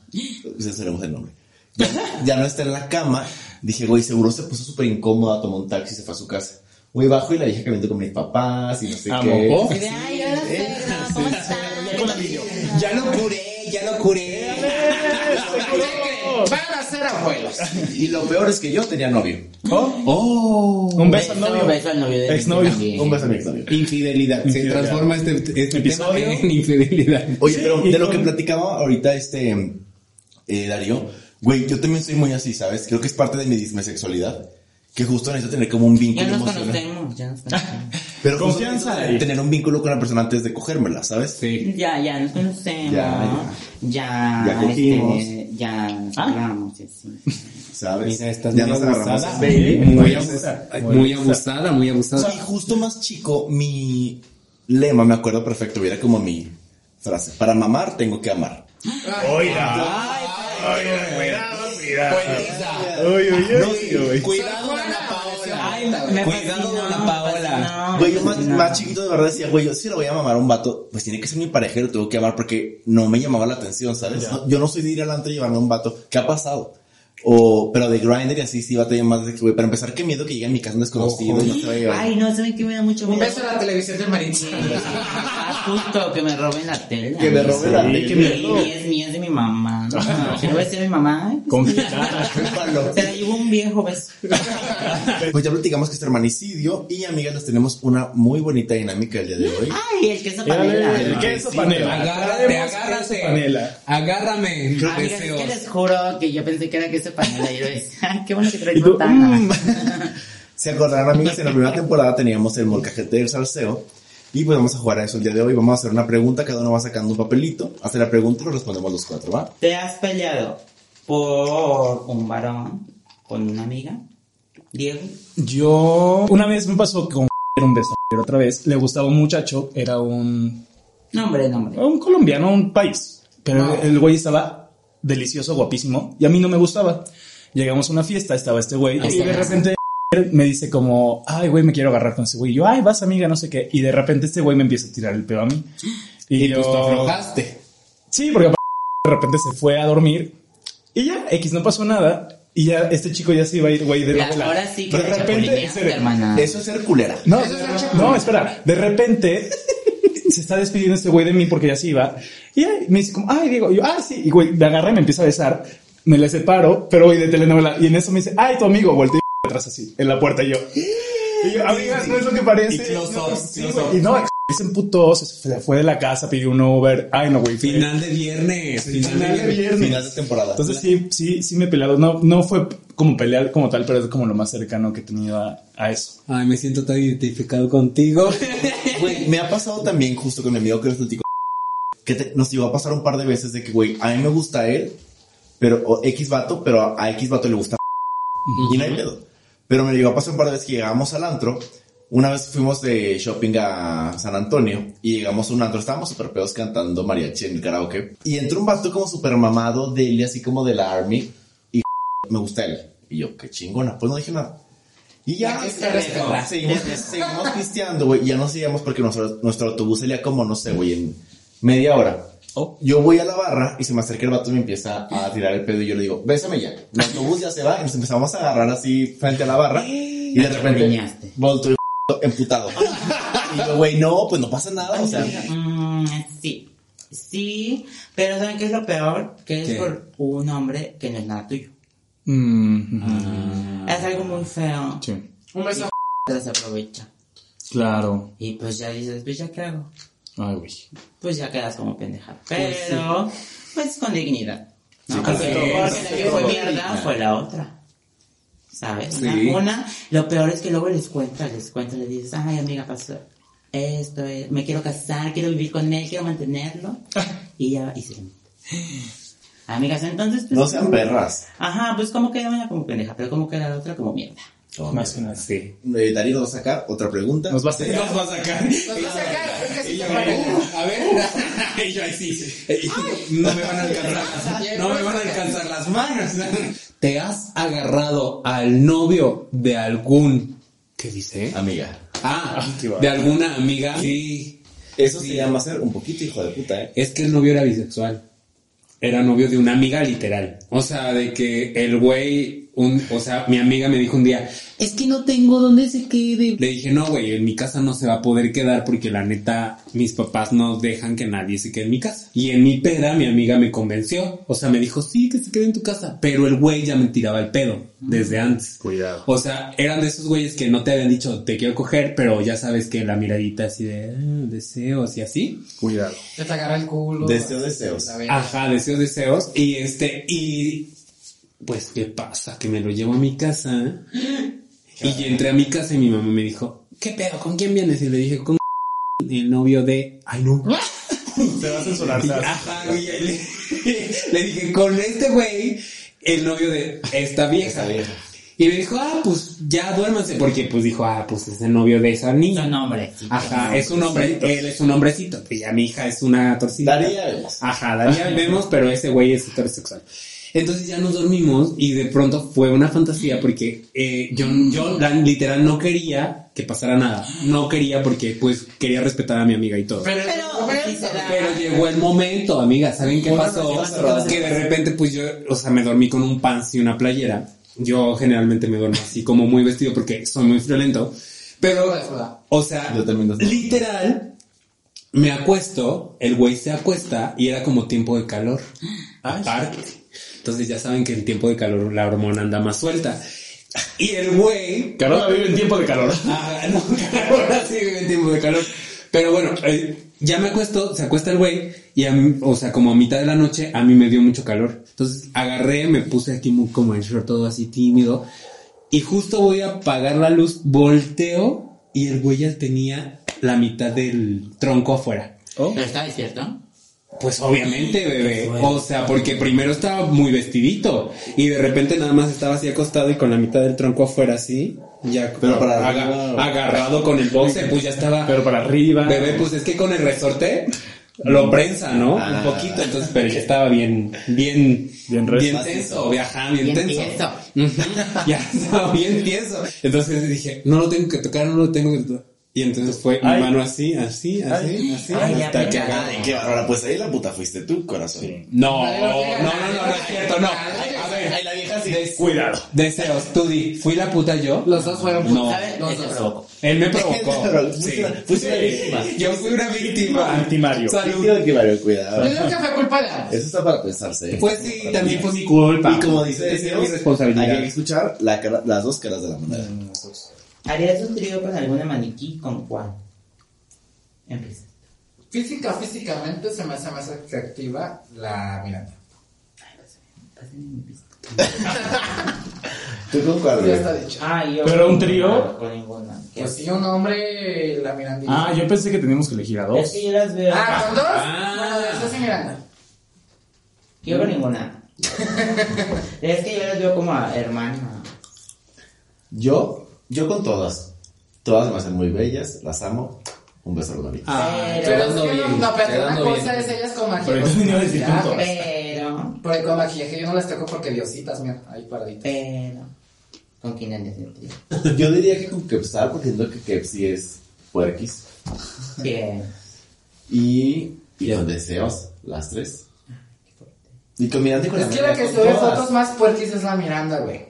Ustedes sabemos el nombre. Ya, ya no está en la cama. Dije, güey, seguro se puso súper incómoda, tomó un taxi y se fue a su casa. Güey, bajo y la dije que vente con mis papás y no sé Amo. qué. Oh, Así de, ay, hola, Pedro, ¿cómo estás? Ya lo curé, ya lo curé. Van a ser abuelos. Y lo peor es que yo tenía novio. Oh, Oh. un beso al Un novio. beso al novio de Dinkel Exnovio. también. Un beso a mi exnovio. Infidelidad. Se Infidelidad. transforma este, este Episodio. episodio en infidelidad. Oye, Sí, pero y de lo con- que platicaba ahorita este eh, Darío, güey, yo también soy muy así, ¿sabes? Creo que es parte de mi dismesexualidad. Que justo necesito tener como un Ya vínculo nos emocional. conocemos, ya nos conocemos. Pero justo Confianza necesito ahí. Tener un vínculo con la persona antes de cogérmela, ¿sabes? Sí. Ya, ya nos conocemos. Ya, Ya, Ya cogimos. este, ya Ah. hablamos, sí, sí. ¿Sabes? Mira, estás ya muy nos agarramos. abusada. en baby. Muy Muy abusada, abusada. muy abusada, muy O sea, abusada. y justo más chico, mi lema, me acuerdo perfecto, era como mi frase. Para mamar tengo que amar. Oiga. Ay, cuidado. Cuentiza. Uy, uy, uy, No, uy. Cuidado, Ana Ay, Paola. me Cuidado, fascinó, Ana Paola. fascinó, Güey, Ah, yo más, fascinó. más chiquito de verdad decía, güey, yo sí lo voy a mamar a un vato, pues tiene que ser mi pareja y lo tengo que amar porque no me llamaba la atención, ¿sabes? No, yo no soy de ir adelante y llevarme a un vato. ¿Qué ha pasado? O, pero de grinder y así sí batallan más de que, güey, para empezar, qué miedo que llegue a mi casa un desconocido y no se va a llevar. Ay, no, saben que me da mucho Un miedo. beso a la televisión de Maritza. Ah, justo, que me roben la tela. que me robe la ley, que Sí, me y es mía, es de mi mamá. No, si no ves de mi mamá, ¿eh? Confitada. Palo. se la llevó un viejo, ¿ves? Pues ya platicamos que es hermanicidio y amigas, les tenemos una muy bonita dinámica el día de hoy. Ay, el queso panela. El queso panela. Agárrate, Traemos agárrate. queso panela. Agárrame, Amigas, es que deseos. les juro que yo pensé que era queso panela. Y yo decía, ay, qué bueno que traes Y tú, botana. mm. Se acordarán, amigas, en la primera temporada teníamos el molcajete del salseo. Y pues vamos a jugar a eso el día de hoy. Vamos a hacer una pregunta, cada uno va sacando un papelito, hace la pregunta y lo respondemos los cuatro, ¿va? ¿Te has peleado por un varón con una amiga? Diego. Yo. Una vez me pasó con era un beso. Pero otra vez le gustaba un muchacho, era un. Nombre, nombre. un colombiano, un país. Pero el güey estaba delicioso, guapísimo. Y a mí no me gustaba. Llegamos a una fiesta, estaba este güey. Ahí Y de está. repente me dice como, ay, güey, me quiero agarrar con ese güey. Y yo, ay, vas, amiga, no sé qué. Y de repente este güey me empieza a tirar el pedo a mí. Y, Y yo. pues te aflojaste. Sí, porque de repente se fue a dormir y ya, X, no pasó nada. Y ya este chico ya se iba a ir, güey, de la Ya, abuela. ahora sí que Pero de repente, chapulineaste, se- hermana. Eso es ser culera. no, no, espera. De repente se está despidiendo este güey de mí porque ya se iba. Y ya, me dice como, ay, Diego. Y yo, ah, sí. Y güey, me agarra y me empieza a besar. Me le separo, pero güey, de telenovela. Y en eso me dice, ay, tu amigo. Volteé atrás así, en la puerta. Y yo, y yo, amigas, no es lo que parece. Y close No, up, sí, close güey. up. Y no, se emputó, se fue de la casa, pidió un Uber. Ay, no, güey. fue- Final de viernes. Final de viernes. Final de temporada. entonces sí, sí, sí me he peleado. No, no fue como pelear como tal, pero es como lo más cercano que he tenido a, a eso. Ay, me siento tan identificado contigo. Güey, me ha pasado también justo con mi amigo que les platico que te- nos llegó a pasar un par de veces de que, güey, a mí me gusta él, pero o X vato, pero a, a X vato le gusta y no hay pedo. Pero me llegó a pasar un par de veces que llegábamos al antro. Una vez fuimos de shopping a San Antonio y llegamos a un antro, estábamos super pedos cantando mariachi en el karaoke. Y entró un vato como super mamado de él, así como de la army, y me gusta él. Y yo, qué chingona, pues no dije nada. Y ya, Aquí se está arregló. la seguimos, seguimos pisteando, güey. y Ya nos íbamos porque nuestro, nuestro autobús salía como, no sé, güey, en media hora. Yo voy a la barra y se me acerca el vato y me empieza a tirar el pedo y yo le digo, bésame ya. El autobús ya se va y nos empezamos a agarrar así frente a la barra y de Ay, repente ordeñaste. volto y emputado. Y yo, güey, no, pues no pasa nada, o sea, Mm, sí. Sí, pero ¿saben qué es lo peor? Que es ¿Qué? por un hombre que no es nada tuyo. Ah. Es algo muy feo. Mm, Ah, Sí, Un beso. Se aprovecha. claro. Y pues ya dices, pues ya qué hago. Ay, güey. Pues ya quedas como pendeja. Pero, pues con dignidad. ¿no? así porque, es. porque la que fue mierda fue la otra. ¿Sabes? Una- Sí. Una, lo peor es que luego les cuentas, les cuentas, les dices, ay amiga, pasó esto, eh, me quiero casar, quiero vivir con él, quiero mantenerlo. Y ya, y se lo mete. Amigas, entonces pues, no sean perras. Ajá, pues como queda una como pendeja, pero como queda la otra como mierda. Más que nada. Sí. Eh, Darío nos va a sacar otra pregunta. Nos va a hacer. Nos va a sacar. Nos va a sacar, es que sí Y yo, se puede. uh, a ver. Y yo, ay, sí. Eh, No me van a alcanzar. No me van a alcanzar las manos. ¿Te has agarrado al novio de algún. ¿Qué dice? Amiga, Ah, qué de bárbaro. alguna amiga. Sí. eso se llama ser un poquito hijo de puta, eh. Es que el novio era bisexual. Era novio de una amiga literal. O sea, de que el güey, un, o sea, mi amiga me dijo un día, es que no tengo dónde se quede. Le dije, no, güey, en mi casa no se va a poder quedar porque la neta, mis papás no dejan que nadie se quede en mi casa. Y en mi peda, mi amiga me convenció. O sea, me dijo, sí, que se quede en tu casa. Pero el güey ya me tiraba el pedo desde antes. Cuidado. O sea, eran de esos güeyes que no te habían dicho, te quiero coger, pero ya sabes que la miradita así de, "Ah, deseos y así. Cuidado. Te agarra el culo. Deseo, deseos. A ver. Ajá, deseos, deseos. Y este, y pues, ¿qué pasa? Que me lo llevo a mi casa. Y entré a mi casa y mi mamá me dijo, ¿qué pedo? ¿Con quién vienes? Y le dije, con el novio de... Ay, no. Se va a censurar. se Y, va a ajá, güey, le, le dije, con este güey, el novio de esta vieja. Esta vieja. Y me dijo, ah, pues ya duérmanse, porque pues dijo, ah, pues es el novio de esa niña. Son hombres. sí, Ajá, pero- es un hombre, él es un hombrecito, pues ya mi hija es una torcida. Daría, vemos. Ajá, Daría vemos, pero ese güey es heterosexual. Entonces ya nos dormimos y de pronto fue una fantasía porque eh, yo, yo la- literal no quería que pasara nada. No quería porque pues quería respetar a mi amiga y todo. Pero, Pero, no, pero sí, será. Pero llegó el momento, amiga, ¿saben qué Una pasó? relación cerrada. Que de repente pues yo, o sea, me dormí con un pants y una playera. Yo generalmente me duermo así como muy vestido porque soy muy friolento. Pero, o sea, Yo también lo soy. literal, me acuesto, el güey se acuesta y era como tiempo de calor. Aparte. Entonces ya saben que en tiempo de calor la hormona anda más suelta. Y el güey Carola vive en tiempo de calor. Ah, no, ahora sí vive en tiempo de calor. Pero bueno, eh, ya me acuesto, se acuesta el güey y a mí, o sea, como a mitad de la noche a mí me dio mucho calor. Entonces agarré, me puse aquí muy, como en short todo así tímido y justo voy a apagar la luz, volteo y el güey ya tenía la mitad del tronco afuera. Pero está Pues, despierto. Pues obviamente, bebé. O sea, porque primero estaba muy vestidito y de repente nada más estaba así acostado y con la mitad del tronco afuera así. Ya, Pero para aga- arriba. agarrado con el boxe, pues ya estaba. Pero para arriba. Mm. Bebé, pues es que con el resorte lo prensa, ¿no? Ah. Un poquito, entonces, pero ya estaba bien, bien, Bien res- bien tenso, viajando, bien, Bien tenso. tieso. Ujú, ya estaba bien tieso. Entonces dije, no lo tengo que tocar, no lo tengo que tocar. Y entonces fue mi Ay. mano así, así, Ah, así, así, Ay, ya hasta me que cagué. agarré. Ay, qué bárbara, pues ahí la puta fuiste tú, corazón. No, Nadie no, lo no, llega, no, nadie no, lo es llega. cierto, no. Nadie A ver, Ahí la vieja sí. des- Cuidado. deseos, tú di, ¿fui la puta yo? Los dos fueron No. ¿sabes? Los Él se dos. provocó. Él me provocó. Pero fuiste Sí. una- fuiste una víctima. Yo fui una víctima. Victimario. Salud. Tío, qué bárbaro, Yo cuidado. digo que fue culpa de Alex. Eso está para pensarse. ¿eh? Pues sí, también fue mi culpa. Y como dice, es Dios, mi responsabilidad. Mm. Hay que escuchar la cara- las dos caras de la moneda. ¿Harías un trío con alguna maniquí? ¿Con cuál? Empieza. Física, físicamente se me hace más atractiva la Miranda. Ay, pásame, pásame mi pista. ¿Tú con cuál, Ya está güey? dicho. Ay, yo- ¿Pero un trío? Con ninguna. Pues sí, un hombre, la Miranda. Ah, yo pensé que teníamos que elegir a Es dos. que yo las veo. Ah, ¿con dos? Ah. Bueno, de esas sí Miranda. Yo con ninguna. es que yo las veo como a hermana. Yo, yo con todas. Todas me hacen muy bellas, las amo. Un beso a los maridos. Ah, Pero- Pero es quedando que no, bien, no, pero una quedando cosa bien. es ellas con Pero entonces iba a decir maquillaje. con todas. ah, Pero. Porque con maquillaje yo no las toco porque diositas, mira, ahí paraditas. Pero. ¿Con quién harías el trío? Yo diría que con Kepsar, porque siento que Kepsi es puerquis. Bien. Y, y con deseos, las tres. Y con Miranda y con Es la que la Miranda que con sube todas. fotos más puerquis es la Miranda, güey.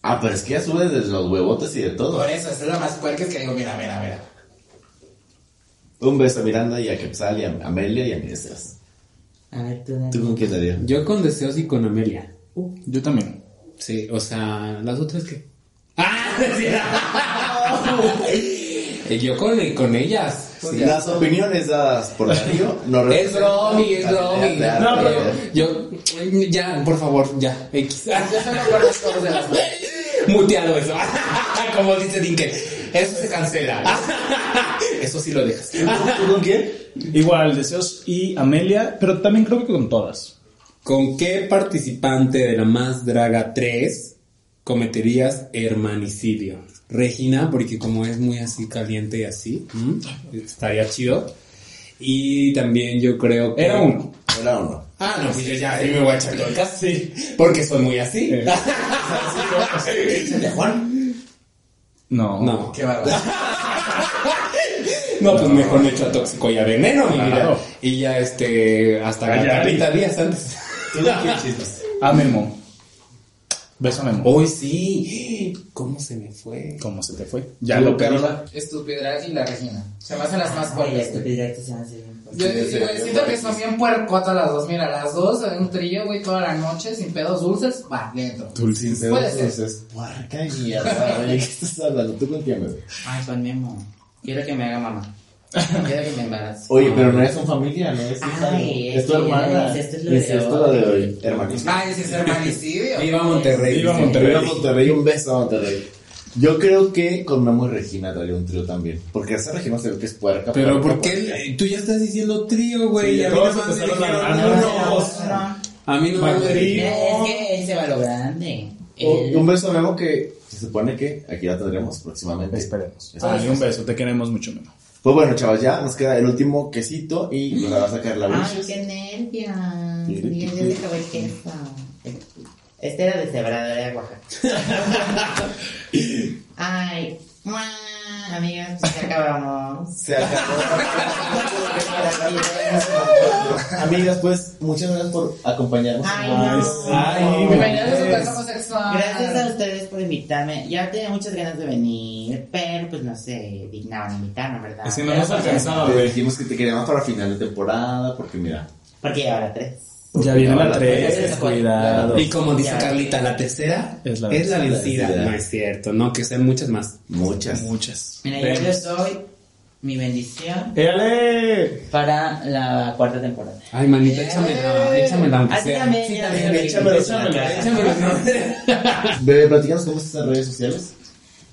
Ah, pero es que ella sube desde los huevotes y de todo. Por eso, esa es la más puerquis que digo, mira, mira, mira. Un beso a Miranda y a Kepsal y a Amelia y a mis deseos. A ver, tú, Dani. ¿Tú con quién te dirías? Yo con deseos y con Amelia. Yo también. Sí, o sea, las otras que. ¡Ah! decía. Yo con, con ellas. Sí. Las opiniones dadas por Darío no Es Romy, es Romy. No, Yo, ya, por favor, ya. X. Yo solo con las cosas de las mujeres. Muteado eso. Como dice Dinkel. Eso se cancela. Eso sí lo dejas. ¿Tú con quién? Igual, deseos y Amelia, pero también creo que con todas. ¿Con qué participante de la Más Draga 3 cometerías hermanicidio? Regina, porque como es muy así caliente y así, ¿m? estaría chido. Y también yo creo que... Era uno. Era uno. Ah, no, pues yo ya ahí me voy a echar todo sí. Porque soy muy así. Eh. ¿De Juan? No. No. Qué bárbaro. No, pues mejor me echo a tóxico y a veneno, mi vida. Claro. Y ya este, hasta Ay, ya. 30 días antes. ¿Tú con quién chistes? A Ah, Memo. Beso a Memo. Hoy sí. ¿Cómo se me fue? ¿Cómo se te fue? Ya ¿Tú, lo pedí. Carola? Estupidez y la Regina. Se me hacen las más Ay, la puercas, güey. estupidez que se hace bien. Yo Sí, sí, digo, sí, siento sí. que son bien puercotas las dos. Mira, las dos en un trío, güey, toda la noche, sin pedos dulces, va, dentro. Dulce pedos, Puede ser. es puerca y mierda. Oye, ¿qué estás hablando? ¿Tú con quién, bebé? Ay, con Ah, Memo. Quiero que me haga mamá. Quiero que me embarace. Oye, pero no es un familia, no es un Ah. Ay, es tu es que ya hermana. no es, esto es lo Es de esto hoy. lo de hoy, hermanito. Ay, si es hermanicidio. Viva Monterrey. Viva dice. Monterrey. Viva Monterrey, un beso a Monterrey. Yo creo que con Memo y Regina traería un trío también. Porque esa Regina se ve que es puerca. Pero puerca, ¿por puerca. qué? Tú ya estás diciendo trío, Sí, güey. y a mí todos no me empezaron dijeron a- uno. No, no. A mí no me Madrid. dijeron. Mira, Es que él se va a lo grande. O- Él- Oh, Un beso a Memo que se supone que aquí la tendremos próximamente. Esperemos. Esperemos. Ay, un beso. Te queremos mucho, Memo. Pues bueno, chavos, ya nos queda el último quesito y nos la va a sacar la luz. Ay, qué nervios. Tiri, Miguel, tiri. ya se acabó el queso. Este era de Cebradora de Oaxaca. Ay, ¡mua! amigas, pues ya acabamos. Se acabó. Amigas, pues, muchas gracias por acompañarnos. Ay, no. Ay, Bienvenidos a su casa homosexual. Gracias a ustedes por invitarme. Ya tenía muchas ganas de venir, pero pues no se dignaban a invitarme, ¿verdad? pues, Es que no nos alcanzaba, Te güey. Ah, dijimos que te queríamos para final de temporada, porque mira. Porque ya habrá tres. Ya viene la la 3, tres, cuidado. Y como dice Ya. Carlita, la tercera Es la vencida. vencida. No es cierto, no, que sean muchas más. Muchas. Muchas. Mira, Ven. yo les doy mi bendición ¡Éale! para la cuarta temporada. Ay, manita, échamela, échamela aunque Así sea. también, Sí, ya también, ven, échamela, échamela. échamela, échamela. Bebé, platícanos cómo estás en redes sociales.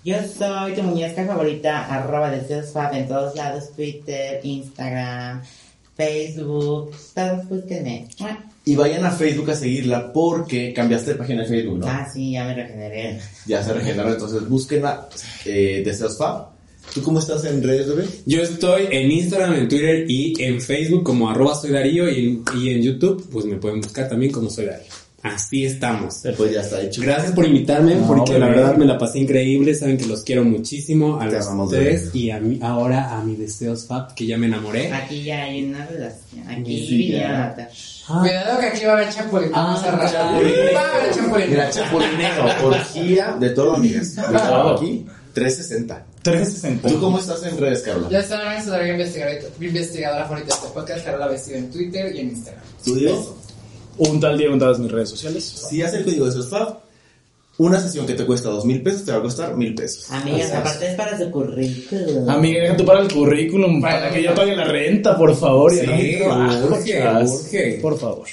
Yo soy tu muñeca favorita, arroba deseos fab en todos lados, Twitter, Instagram, Facebook, todos búsquenme. ¡Mua! Y vayan a Facebook a seguirla porque cambiaste de página de Facebook, ¿no? Ah, sí, ya me regeneré. Ya se regeneraron, entonces búsquenla. Eh, Deseos Fab. ¿Tú cómo estás en redes, bebé? Yo estoy en Instagram, en Twitter y en Facebook como arroba soy Darío y en, y en YouTube, pues me pueden buscar también como soy Darío. Así estamos. Pues ya está hecho. Gracias por invitarme, No, porque la bebé. verdad me la pasé increíble. Saben que los quiero muchísimo a Te los amamos, tres bebé. y a mí, ahora a mi deseos Fab, que ya me enamoré. Aquí ya hay una relación. Aquí Sí, vinieron ya. a matar. Cuidado que aquí va a haber chapulín. Vamos a Ah, arrasar. chapulín. Va a haber chapulín. Mira, Chapulinero, orgía de todo, amigas. De todo aquí, 360. 360. ¿Tú cómo estás en redes, Carla? Ya saben, soy la investigadora, investigadora favorita de este podcast, Carola Vestido en Twitter y en Instagram. ¿Tú, Diego? Un tal día, un tal mis redes sociales. Si haces el código de esos Fab, una sesión que te cuesta dos mil pesos te va a costar mil pesos. Amigas, aparte es para su currículum. Amiga, deja tú para el currículum, para, Para que el- yo pague la renta, por favor. y Sí, no me trabajo, urge, chas. urge. Por favor.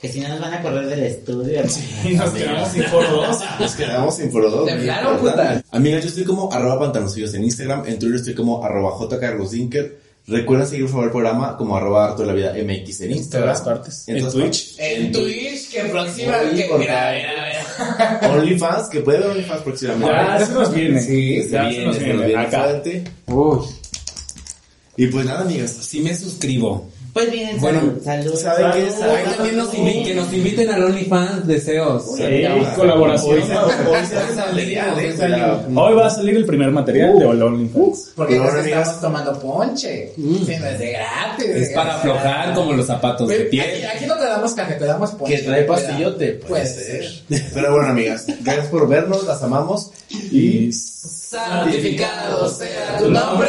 Que si no nos van a correr del estudio. hermano. Y nos quedamos sin por dos. Nos quedamos sin foro De plano, puta. Amigas, yo estoy como arroba pantanosillos en Instagram, en Twitter estoy como arroba jcarlosdinker. Recuerda seguir por favor el programa como arroba harto de la vida mx en Instagram. todas partes. En todas Twitch. partes. En Twitch, que próxima. Ay, que, por mira, favor. mira, mira. OnlyFans, que puede ver OnlyFans próximamente. Ya se nos viene. Sí, ya se viene, se nos viene Acá. fuerte. Uy, Y pues nada, amigas. sí me suscribo. Pues bien, Bueno, salud. salud. ¿saben qué? salud. Ahí también nos inviten, que nos inviten al OnlyFans Deseos. Sí, colaboración. Hoy se hoy se hace material, eh, cuidado. Hoy va a salir el primer material de All OnlyFans. Porque Pero nos ahora, Mm. amigas- estamos tomando ponche. Si no es de gratis. Es de para gratis. aflojar como los zapatos de Ve, piel. Aquí, aquí no te damos café, te damos ponche. Que trae pastillote, Cuidado. Pues, puede ser. Pero bueno, amigas, gracias por vernos, las amamos y Santificado sea tu nombre.